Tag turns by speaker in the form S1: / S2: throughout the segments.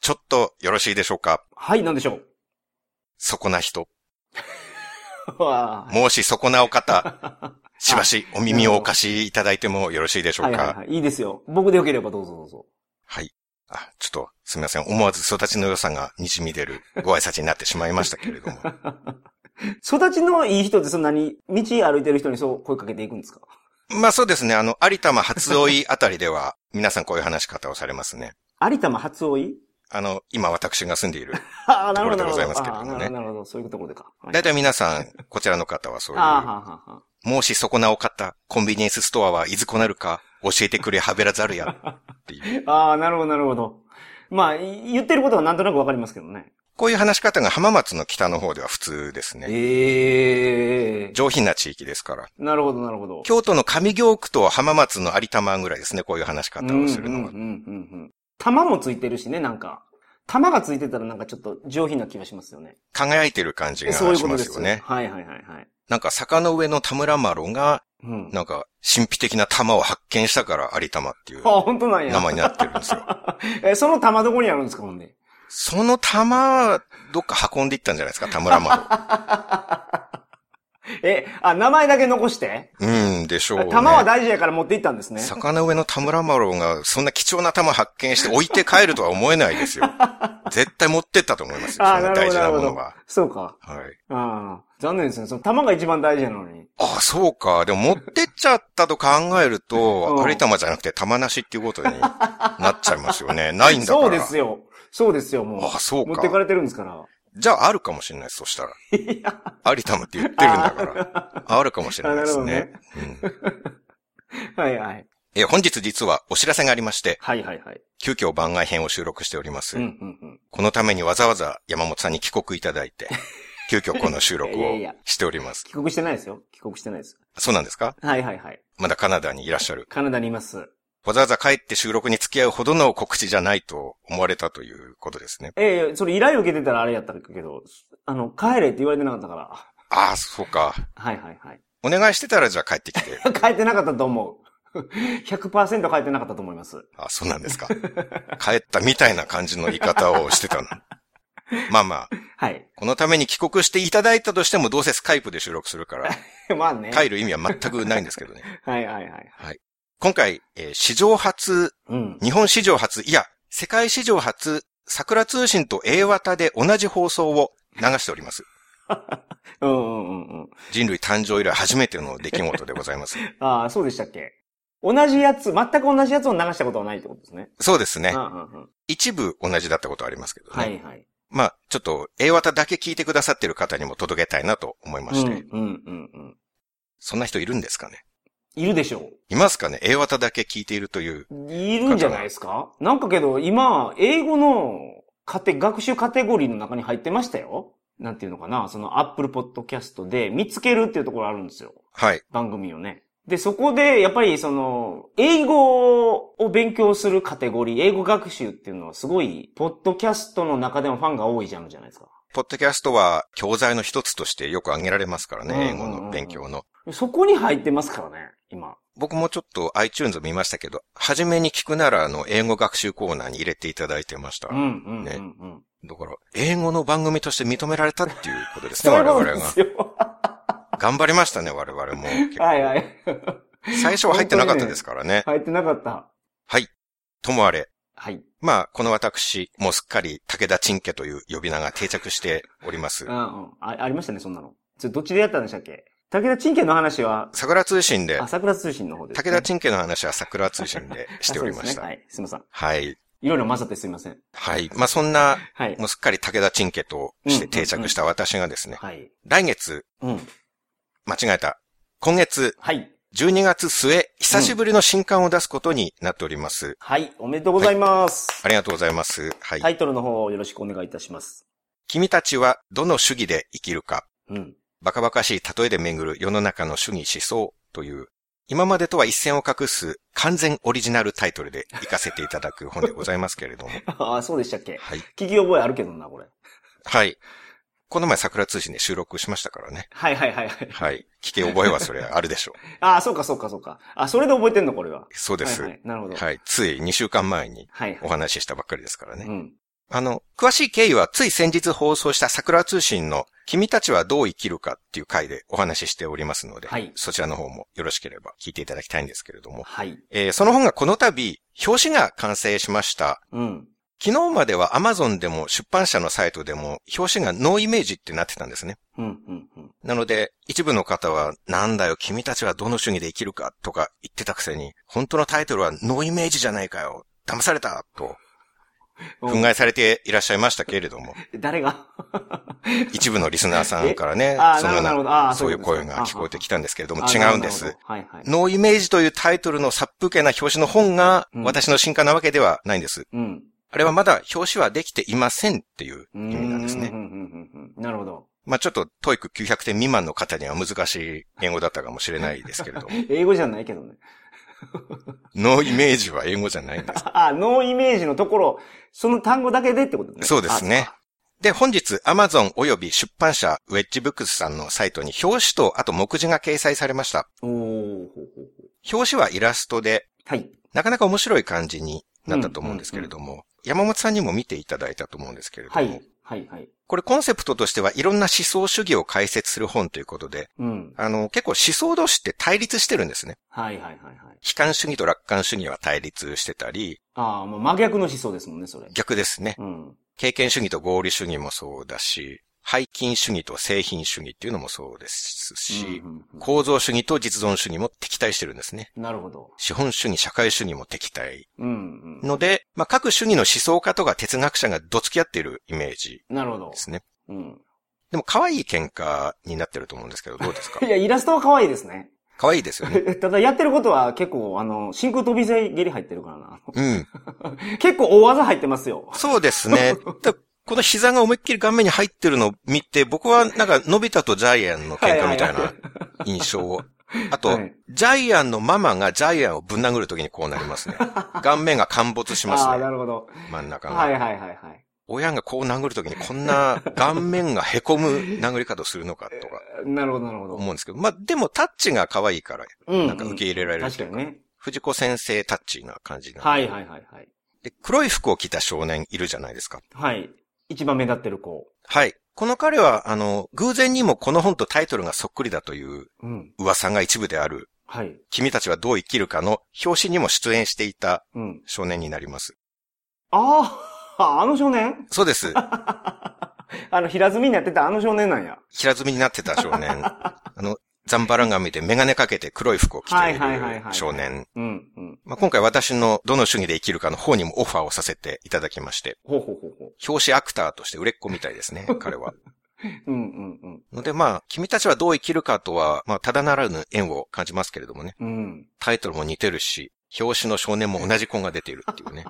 S1: ちょっとよろしいでしょうか
S2: はい、なんでしょ
S1: そこな人。
S2: う。は
S1: もしそこなお
S2: い
S1: 方、しばしお耳をお貸しいただいてもよろしいでしょ
S2: は
S1: う
S2: いはい
S1: か
S2: はい。いいですよ。僕でよければどうぞどうぞ。
S1: はい。あ、ちょっと、すみません。思わず育ちの良さが滲み出るご挨拶になってしまいましたけれども。
S2: 育ちのいい人ってそんなに道歩いてる人にそう声かけていくんですか
S1: まあそうですね。あの、有田間初追いあたりでは、皆さんこういう話し方をされますね。
S2: 有田も初追い
S1: あの、今私が住んでいる。
S2: ああ、なるほど、
S1: ところで
S2: なるほど。
S1: ございますけれどもね
S2: あーなるほど、なるほど。そういうところでか。はい
S1: だいたい皆さん、こちらの方はそうい
S2: ああ、
S1: う
S2: はあはあはあ。
S1: もしそこなお方、コンビニエンスストアはいずこなるか、教えてくれはべらざるや、っていう。
S2: ああ、なるほど、なるほど。まあ、い言ってることはなんとなくわかりますけどね。
S1: こういう話し方が浜松の北の方では普通ですね。
S2: ええ
S1: 上品な地域ですから。
S2: なるほど、なるほど。
S1: 京都の上京区と浜松の有田間ぐらいですね、こういう話し方をするのは。
S2: うんうんうんうんうん。玉もついてるしね、なんか。玉がついてたらなんかちょっと上品な気がしますよね。
S1: 輝いてる感じがし
S2: そう
S1: ま
S2: いう
S1: す
S2: ことです
S1: よ
S2: よ
S1: ね
S2: ね。。はいはいはいはい。
S1: なんか坂の上の田村麻呂が、
S2: うん。
S1: なんか神秘的な玉を発見したから有玉っていう
S2: あ、本当なんや。
S1: 名前になってるんです よ。
S2: え、その玉どこにあるんですか、ほんで。
S1: その玉、どっか運んでいったんじゃないですか、田村 麻
S2: え、あ、名前だけ残して、
S1: 呂。うん、でしょうね。
S2: 玉は大事やから持っていったんですね。
S1: 坂の上の田村麻呂が、そんな貴重な玉発見して置いて帰るとは思えないですよ。絶対持ってったと思いますよ。
S2: あ
S1: そ
S2: あ、
S1: ん
S2: な
S1: な大
S2: るほ
S1: 事
S2: ど、
S1: な
S2: なる
S1: も
S2: ほ
S1: の
S2: ど
S1: は。。
S2: そうか。
S1: はい。
S2: ああ、残念ですね。その玉が一番大事なのに。
S1: ああ、そうか。でも持ってっちゃったと考えると、
S2: うん
S1: 有玉じゃなくて玉なしっていうことになっちゃいますよね。ないんだから。
S2: そうですよ。そうですよ、もう。
S1: ああ、そう
S2: 持
S1: か
S2: って。かれてるんですから。
S1: じゃああるかもしれないです、そしたら。
S2: いや、
S1: 有玉って言ってるんだから。あるかもしれないです
S2: あな
S1: ね
S2: る。
S1: うん
S2: はいはい。
S1: え本日実はお知らせがありまして、
S2: はいはいはい。
S1: 急遽番外編を収録しております。
S2: うんうんうん。
S1: このためにわざわざ山本さんに帰国いただい て、急遽この収録
S2: いや
S1: を
S2: いや
S1: しております。
S2: 帰国してないですよ。帰国してないです。
S1: そうなんですか
S2: はいはいはい。
S1: まだカナダにいらっしゃる。
S2: カナダにいます。
S1: わざわざ帰って収録に付き合うほどの告知じゃないと思われたということですね。
S2: ええそれ依頼受けてたらあれやったけど、あの、帰れって言われてなかったから。
S1: ああ、そうか。
S2: はいはいはい。
S1: お願いしてたらじゃあ帰ってきて。
S2: 帰ってなかったと思う。100%帰ってなかったと思います。
S1: あそうなん ですか。帰ったみたいな感じの言い方をしてたの。まあまあ、
S2: はい。
S1: このために帰国していただいたとしてもどうせスカイプで収録するから、
S2: まあね。
S1: 帰る意味は全くないんですけどね。
S2: はいはいはい。
S1: 今回、えー史上初
S2: うん。
S1: 日本史上初、いや、世界史上初、桜通信と A 型で同じ放送を流しております。
S2: うんうんうんうん。
S1: 人類誕生以来初めての出来事でござい ます。
S2: ああ、そうでしたっけ。同じやつ、全く同じやつを流したことはないってことですね。
S1: そうですね
S2: うん。うんうん。
S1: 一部同じだったことはありますけどね。
S2: はいはい。
S1: まあ、ちょっと A 型だけ聞いてくださってる方にも届けたいなと思いま
S2: うんう
S1: して。
S2: んうんうん。
S1: そんな人いるんですかね
S2: いるでしょう。
S1: いますかね ?A 型だけ聞いているという。
S2: いるんじゃないですかなんかけど、今、英語のカテ、学習カテゴリーの中に入ってましたよ。なんていうのかなその Apple Podcast で見つけるっていうところあるんですよ。
S1: はい。
S2: 番組をね。で、そこで、やっぱりその、英語を勉強するカテゴリー、英語学習っていうのはすごい、ポッドキャストの中でもファンが多いジャンルじゃないですか。
S1: ポッドキャストは教材の一つとしてよく挙げられますからね。英語の勉強の。
S2: そこに入ってますからね、今。
S1: 僕もちょっと iTunes 見ましたけど、初めに聞くならあの英語学習コーナーに入れていただいてました。
S2: うん、うん、うん、う
S1: ね
S2: ん。
S1: だから、英語の番組として認められたっていうことですね、
S2: そうい
S1: 我
S2: うこと
S1: 々
S2: で
S1: が。
S2: すよ。
S1: 頑張りましたね、我々も。結構
S2: はいはい。
S1: 最初は入ってなかったですからね。
S2: 入ってなかった。
S1: はい。ともあれ。
S2: はい。
S1: まあ、この私、もうすっかり武田陳家という呼び名が定着しております
S2: うんう。ん。あありましたね、そんなの。それどっちでやったんでしたっけ武田陳家の話は、
S1: 桜通信で、
S2: 朝倉通信の方です、
S1: 武田陳家の話は桜通信でしておりまし
S2: あそ
S1: た。
S2: うですねはい、すいません。
S1: はい。
S2: いろいろ混ざってすいません。
S1: はい。まあ、そんな、
S2: はい。
S1: もうすっかり武田陳家として定着した私がですね、
S2: はい。
S1: 来月、
S2: うん。
S1: 間違えた。今月、
S2: はい。
S1: 12月末、久しぶりの新刊を出すことになっております。
S2: はい。おめでとうございます。
S1: ありがとうございます。はい。
S2: タイトルの方をよろしくお願いいたします。
S1: 君たちはどの主義で生きるか、
S2: うん。
S1: バカバカしい例えで巡る世の中の主義思想という、今までとは一線を画す完全オリジナルタイトルで行かせていただく本でございますけれ ども。
S2: ああ、そうでしたっけ
S1: はい。
S2: 聞き覚えあるけどな、これ。
S1: はい。この前桜通信で収録しましたからね。
S2: はいはいはいはい。
S1: はい。聞け覚えはそれあるでしょう。
S2: ああ、そうかそうかそうか。あ、それで覚えてんの、これは。
S1: そうです。
S2: はい、
S1: は、
S2: はいい。なるほど。はい。
S1: つい2週間前に
S2: はい。
S1: お話ししたばっかりですからね。
S2: うん。
S1: あの、詳しい経緯はつい先日放送した桜通信の君たちはどう生きるかっていう回でお話ししておりますので、
S2: はい
S1: そちらの方もよろしければ聞いていただきたいんですけれども、
S2: はい。
S1: えーその本がこの度、表紙が完成しました。
S2: うん。
S1: 昨日までは Amazon でも出版社のサイトでも表紙がノーイメージってなってたんですね。
S2: うん、うん、うん。
S1: なので、一部の方は、なんだよ、君たちはどの主義で生きるかとか言ってたくせに、本当のタイトルはノーイメージじゃないかよ、騙された、と、憤慨されていらっしゃいましたけれども、
S2: 誰が
S1: 一部のリスナーさんからね
S2: あ、あ、
S1: その
S2: なるほ
S1: ような、
S2: ど、なるほど。ああ、
S1: そういう声が聞こえてきたんですけれども、違うんで
S2: あな
S1: す
S2: る。ほどはいはい。
S1: ノーイメージというタイトルの殺風景な表紙の本が、
S2: うん
S1: 私の進化なわけではないんです。
S2: うん。
S1: あれはまだ表紙はできていませんっていう意
S2: うー
S1: 味なんですね
S2: う。んうんうんうんなるほど。
S1: まあちょっと、トイック900点未満の方には難しい言語だったかもしれないですけれども。
S2: 英語じゃないけどね。
S1: のイメージは英語じゃないんです。
S2: あ、ノーイメージのところ、その単語だけでってことね。
S1: そうですね
S2: あ。
S1: で、本日 Amazon 及び出版社ウェッジブックスさんのサイトに表紙とあと目次が掲載されました。
S2: そうかおーほうほうほう
S1: 表紙はイラストで、
S2: はい。
S1: なかなか面白い感じになったと思うんですけれども、山本さんにも見ていただいたと思うんですけれども、
S2: はい。はい。はい。
S1: これコンセプトとしてはいろんな思想主義を解説する本ということで、
S2: うん。
S1: あの、結構思想同士って対立してるんですね。
S2: はいはいはいはい。
S1: 悲観主義と楽観主義は対立してたり、
S2: ああ、もう真逆の思想ですもんね、それ。
S1: 逆ですね。
S2: うん。
S1: 経験主義と合理主義もそうだし、背筋主義と製品主義っていうのもそうですし
S2: う、んうん
S1: 構造主義と実存主義も敵対してるんですね。
S2: うんなるほど。
S1: 資本主義、社会主義も敵対。
S2: うん。うん
S1: ので、まあ、各主義の思想家とか哲学者がどつき合っているイメージ
S2: なるほど
S1: で。すね。
S2: うん。
S1: でも可愛い喧嘩になってると思うんですけど、どうですか
S2: いや、イラストは可愛いですね。
S1: 可愛いですよね。
S2: ただやってることは結構、あの、真空飛び剤蹴り入ってるからな。
S1: うん。
S2: 結構大技入ってますよ。
S1: そうです ね。だこの膝が思いっきり顔面に入ってるのを見て、僕はなんか、のび太とジャイアンの喧嘩みたい
S2: は
S1: な印象 を。あと、
S2: はい
S1: ジャイアンのママがジャイアンをぶん殴るときにこうなります ね。顔面が陥没しま
S2: あ
S1: す
S2: あ、
S1: ね
S2: な。るほど。
S1: 真ん中が。
S2: はいはいはいはい。
S1: 親がこう殴るときにこんな顔面が凹む殴り方をするのかとか
S2: なるほどなるほど。
S1: 思うんですけど。まあ、でもタッチが可愛いから、
S2: うん
S1: なんか受け入れられる
S2: 確かにね。
S1: 藤子先生タッチな感じな。
S2: はいはいはいはい。
S1: で黒い服を着た少年いるじゃないですか。
S2: はい。一番目立ってる子。
S1: はい。この彼は、あの、偶然にもこの本とタイトルがそっくりだという
S2: うん。
S1: 噂が一部である、
S2: はい。
S1: 君たちはどう生きるかの表紙にも出演していた
S2: うん。
S1: 少年になります。
S2: ああ、あの少年
S1: そうです。
S2: あの、平積みになってたあの少年なんや。
S1: 平積みになってた少年。 あの、ザンバラ髪でメガネかけて黒い服を着ている
S2: はいはいはいはい
S1: 少年。
S2: うん、うん。
S1: まあ、今回私のどの主義で生きるかの方にもオファーをさせていただきまして、
S2: ほうほうほうほ
S1: 表紙アクターとして売れっ子みたい ですね、彼は。
S2: う。うん、うん、うん。
S1: のでまあ、君たちはどう生きるかとは、まあ、ただならぬ縁を感じますけれどもね。
S2: うん。
S1: タイトルも似てるし、表紙の少年も同じ子が出ているって いうね。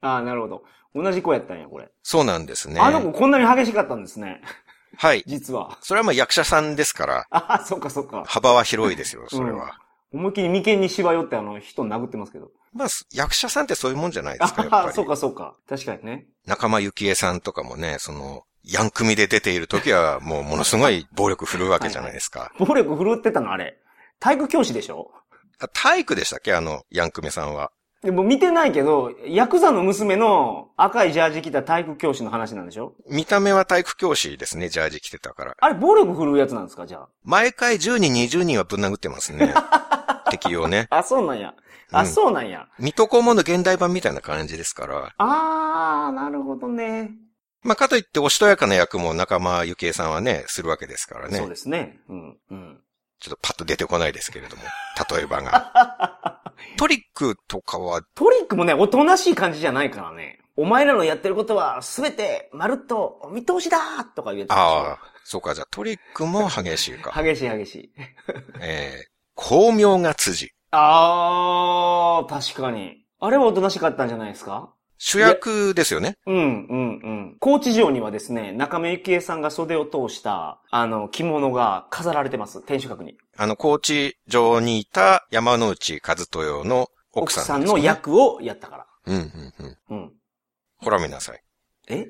S2: ああ、なるほど。同じ子やったんや、これ。
S1: そうなんですね。
S2: あの子こんなに激しかったんですね。
S1: はい。
S2: 実は。
S1: それはまあ役者さんですから、
S2: ああ、そっかそっか。
S1: 幅は広いですよ、それは。
S2: 思いっきり眉間にしわ寄ってあの人殴ってま すけど。
S1: まあ、役者さんってそういうもんじゃないですか、やっ
S2: あ
S1: ぱ
S2: あ、そう
S1: り。
S2: かそうか。確かにね。
S1: 仲間由紀恵さんとかもね、その、ヤン組で出ている時はもうものすごい暴力振るうわけじゃないですか。
S2: 暴力振るってたのあれ。体育教師でしょ
S1: あ体育でしたっけあの、ヤン組さんは。
S2: でも見てないけど、ヤクザの娘の赤いジャージ着た体育教師の話なんでしょ
S1: 見た目は体育教師ですね、ジャージ着てたから。
S2: あれ暴力振るうやつなんですかじゃ
S1: 毎回10人、20人はぶん殴ってますね。 敵をね。
S2: あ。あ、そうなんや。あ、
S1: うん
S2: そうなんや。
S1: 水戸黄門の現代版みたいな感じですから。
S2: あー、なるほどね。
S1: まあ、かといって、おしとやかな役も仲間由紀恵さんはね、するわけですからね。ち
S2: そう
S1: ょ
S2: ですね。うん。うん。
S1: っとパッと出てこないですけれども。例えばが。 トリックとかは、
S2: トリックもね、おとなしい感じじゃないからね。お前らのやってることはすべて、まるっと、お見通しだーとか言えて
S1: ああ、そうか、じゃあトリックも激しいか。
S2: 激しい激しい。
S1: えー、巧妙が辻。
S2: あー、確かに。あれはおとなしかったんじゃないですか
S1: 主役ですよね。
S2: うん、うん、うん。高知城にはですね、中目幸恵さんが袖を通した、あの、着物が飾られてます。天守閣に。
S1: あの、高知城にいた山之内和豊の奥さん、
S2: 奥の。役をやったから。
S1: うん、うん、うん。
S2: うん。
S1: ほら見なさい。
S2: え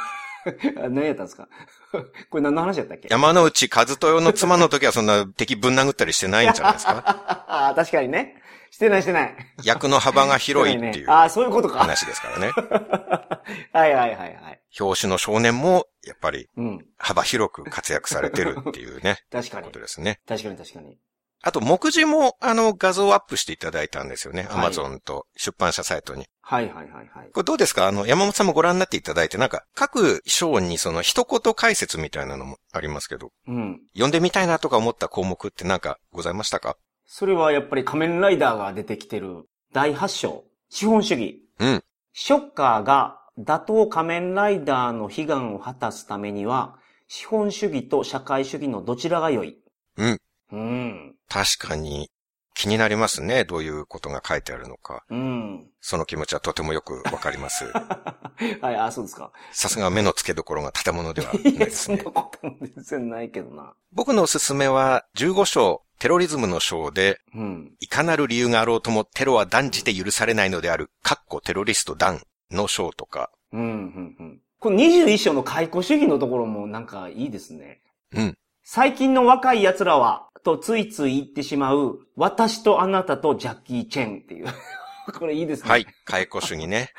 S2: あ何やったんですかこれ何の話やったっけ
S1: 山之内和豊の妻の時はそんな敵ぶん殴ったりしてないんじゃないです か
S2: あー確かにね。してないしてない。
S1: 役の幅が広い
S2: し
S1: って
S2: ない
S1: い
S2: ね
S1: う
S2: ああ、そういうことか。
S1: 話ですからね。
S2: はいはいはいはい。
S1: 表紙の少年も、やっぱり
S2: うん。
S1: 幅広く活躍されてるっていうね、
S2: 確かに
S1: こ。とですね。
S2: 確かに確かに。
S1: あと、目次も、あの、画像をアップしていただいたんですよね。ア
S2: はい
S1: マゾンと出版社サイトに。
S2: はいはいはいはい。
S1: これどうですかあの、山本さんもご覧になっていただいて、なんか、各章にその一言解説みたいなのもありますけど、
S2: うん。
S1: 読んでみたいなとか思った項目ってなんかございましたか
S2: それはやっぱり仮面ライダーが出てきてる第8章。資本主義。
S1: うん。
S2: ショッカーが打倒仮面ライダーの悲願を果たすためには、資本主義と社会主義のどちらが良い。
S1: うん。
S2: うん。
S1: 確かに、気になりますね。どういうことが書いてあるのか。
S2: うん。
S1: その気持ちはとてもよくわかります。
S2: はい、あ、そうですか。
S1: さすが目の付けどころが建物ではない
S2: いや、
S1: で
S2: そ
S1: す
S2: ん
S1: ね
S2: な。ことも全然ないけどな。
S1: 僕のおすすめは、15章、テロリズムの章で、
S2: うん。
S1: いかなる理由があろうともテロは断じて許されないのである、かっこテロリスト団の章とか、
S2: うん、うん、うん。この21章の解雇主義のところもなんかいいですね。
S1: うん。
S2: 最近の若い奴らは、とついつい言ってしまう、私とあなたとジャッキー・チェンっていう。 これいいですね。
S1: はい。、解雇主義ね。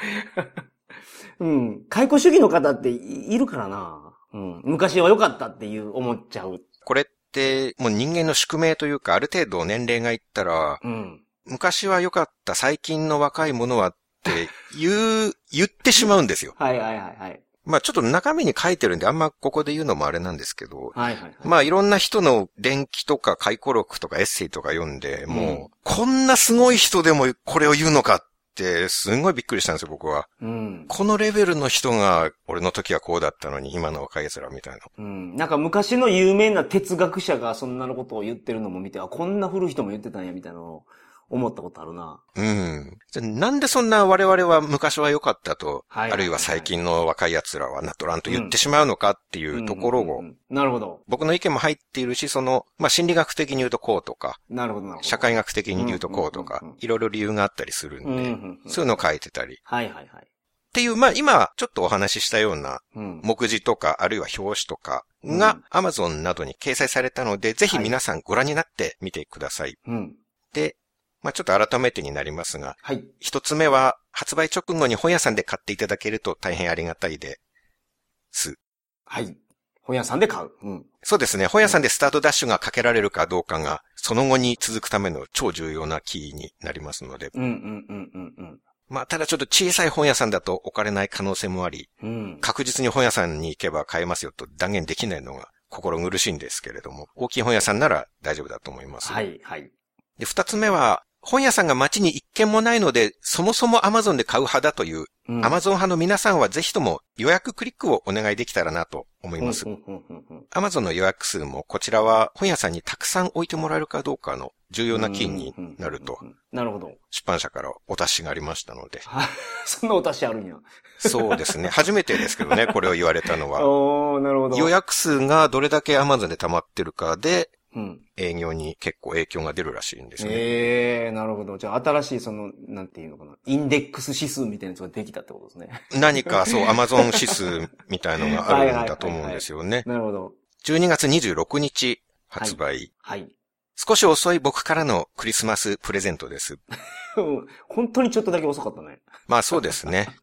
S2: うん。解雇主義の方っていいるからな。うん。昔は良かったっていう思っちゃう。
S1: これって、もう人間の宿命というか、ある程度年齢がいったら、
S2: うん。
S1: 昔は良かった、最近の若いものはって言う、言ってしまうんですよ。
S2: はいはいはいはい。
S1: まあちょっと中身に書いてるんで、あんまここで言うのもあれなんですけど、
S2: はいはいはい。
S1: まあいろんな人の伝記とか回顧録とかエッセイとか読んで、もう、こんなすごい人でもこれを言うのかって、すごいびっくりしたんですよ、僕は。
S2: うん。
S1: このレベルの人が、俺の時はこうだったのに、今の若い奴らみたいな。
S2: うん。なんか昔の有名な哲学者がそんなのことを言ってるのも見て、あ、こんな古い人も言ってたんや、みたいなのを思ったことあるな。
S1: うん。じゃあなんでそんな我々は昔は良かったと、
S2: はい
S1: あるいは最近の若い奴らはなっとらんと言ってしまうのかっていうところを、
S2: うんうんうんなるほど。
S1: 僕の意見も入っているし、その、まあ、心理学的に言うとこうとか、
S2: なるほど、なるほど。
S1: 社会学的に言うとこうと
S2: う
S1: か
S2: んうんうん、
S1: いろいろ理由があったりするんで、
S2: うんうんうん
S1: そういうのを書いてたり。っ
S2: はいはいはい。
S1: ていう、まあ、今、ちょっとお話ししたような、
S2: うん。
S1: 目次とか、あるいは表紙とかが、Amazon などに掲載されたので、ぜひ皆さんご覧になってみてください。
S2: うん。
S1: で、まあ、ちょっと改めてになりますが、
S2: はい。
S1: 一つ目は、発売直後に本屋さんで買っていただけると大変ありがたいです。
S2: はい。本屋さんで買う。うん。
S1: そうですね。本屋さんでスタートダッシュがかけられるかどうかが、その後に続くための超重要なキーになりますので。
S2: うんうんうんうん
S1: まあ、ただちょっと小さい本屋さんだと置かれない可能性もあり、
S2: うん。うん。
S1: 確実に本屋さんに行けば買えますよと断言できないのが心苦しいんですけれども、大きい本屋さんなら大丈夫だと思います。
S2: はいはい。
S1: で、二つ目は、本屋さんが街に一軒もないので、そもそも Amazon で買う派だという
S2: うん
S1: アマゾン派の皆さんはぜひとも予約クリックをお願いできたらなと思います
S2: う。んうんうんうんうん
S1: アマゾンの予約数もこちらは本屋さんにたくさん置いてもらえるかどうかの重要な金になると
S2: うんうんうんうん。なるほど。。
S1: 出版社からお達しがありましたので
S2: はいそんなお達しあるんや。
S1: そうですね。初めてですけど ね、これを言われたのは。
S2: おー、なるほど。
S1: 予約数がどれだけアマゾンで溜まってるかで
S2: うん。
S1: 営業に結構影響が出るらしいんですね。
S2: ええー、なるほど。じゃあ、新しい、その、なんていうのかな。インデックス指数みたいなやつができたってことですね。
S1: 何かそうアマゾン指数みたいのがあるんだと思うんですよね。
S2: なるほど。
S1: 12月26日発売。
S2: はい。
S1: 少し遅い僕からのクリスマスプレゼントです。
S2: うん本当にちょっとだけ遅かったね。
S1: まあそうです ね。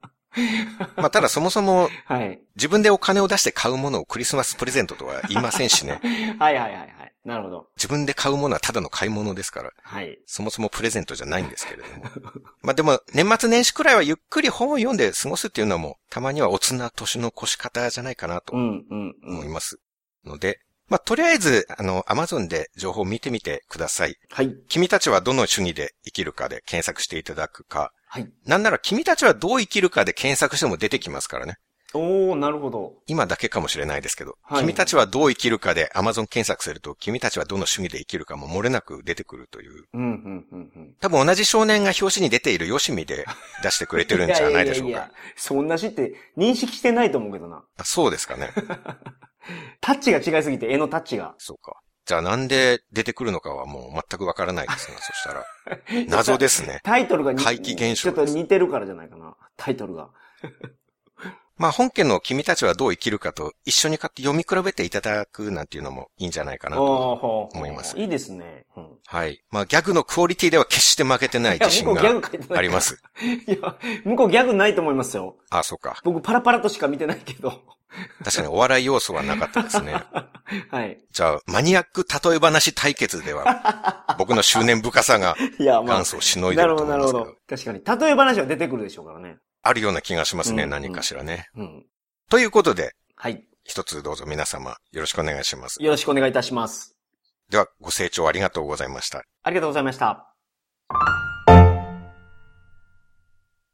S1: まあただそもそも
S2: はい。
S1: 自分でお金を出して買うものをクリスマスプレゼントとは言いませんしね。
S2: はいはいはいはい。なるほど。
S1: 自分で買うものはただの買い物ですから、
S2: はい。
S1: そもそもプレゼントじゃないんですけれども。 まあでも年末年始くらいはゆっくり本を読んで過ごすっていうのもたまにはおつな年の越し方じゃないかな
S2: う
S1: と
S2: んうんう
S1: 思い
S2: ん。
S1: ます。ので、まあとりあえずあの Amazon で情報を見てみてください。
S2: はい。
S1: 君たちはどの主義で生きるかで検索していただくか、
S2: はい。
S1: なんなら君たちはどう生きるかで検索しても出てきますからね。
S2: おー、なるほど。
S1: 今だけかもしれないですけど、
S2: はい
S1: 君たちはどう生きるかで Amazon 検索すると、君たちはどの趣味で生きるかも漏れなく出てくるという。
S2: うんうんうんうん。
S1: 多分同じ少年が表紙に出ているよしみで出してくれてるんじゃないでしょう
S2: ややや
S1: か
S2: や。。そんなしって認識してないと思うけどな。
S1: あそうですか ね。
S2: タッチが違いすぎて、絵のタッチが。
S1: そうか。じゃあなんで出てくるのかはもう全くわからないですが、そしたら。謎ですね。
S2: タイトルがに
S1: 怪奇現象
S2: ちょっと似てるからじゃないかな。タイトルが。
S1: まあ本家の君たちはどう生きるかと一緒に買って読み比べていただくなんていうのもいいんじゃないかなと。
S2: 思
S1: 思います
S2: いいですね。うん、
S1: はい。まあギャグのクオリティでは決して負けてない
S2: いや、
S1: 自信
S2: 向こ
S1: が
S2: う ギャグ書いてないから。
S1: あります。
S2: いや、向こうギャグないと思いますよ。
S1: あ、そうか。
S2: 僕パラパラとしか見てないけど。
S1: 確かにお笑い要素はなかったですね。
S2: はい。
S1: じゃあ、マニアック例え話対決では、僕の執念深さが
S2: いや、まあ
S1: 元。祖をしのいで
S2: なる
S1: ると
S2: ほど、
S1: 思
S2: ないる
S1: ま
S2: ほ
S1: すけど
S2: ど。確かに。例え話は出てくるでしょうからね。
S1: あるような気がしますね、
S2: うん
S1: 何かしらね。
S2: うん。
S1: ということで、
S2: はい。
S1: 一つどうぞ皆様よろしくお願いします。
S2: よろしくお願いいたします。
S1: では、ご清聴ありがとうございました。
S2: ありがとうございました。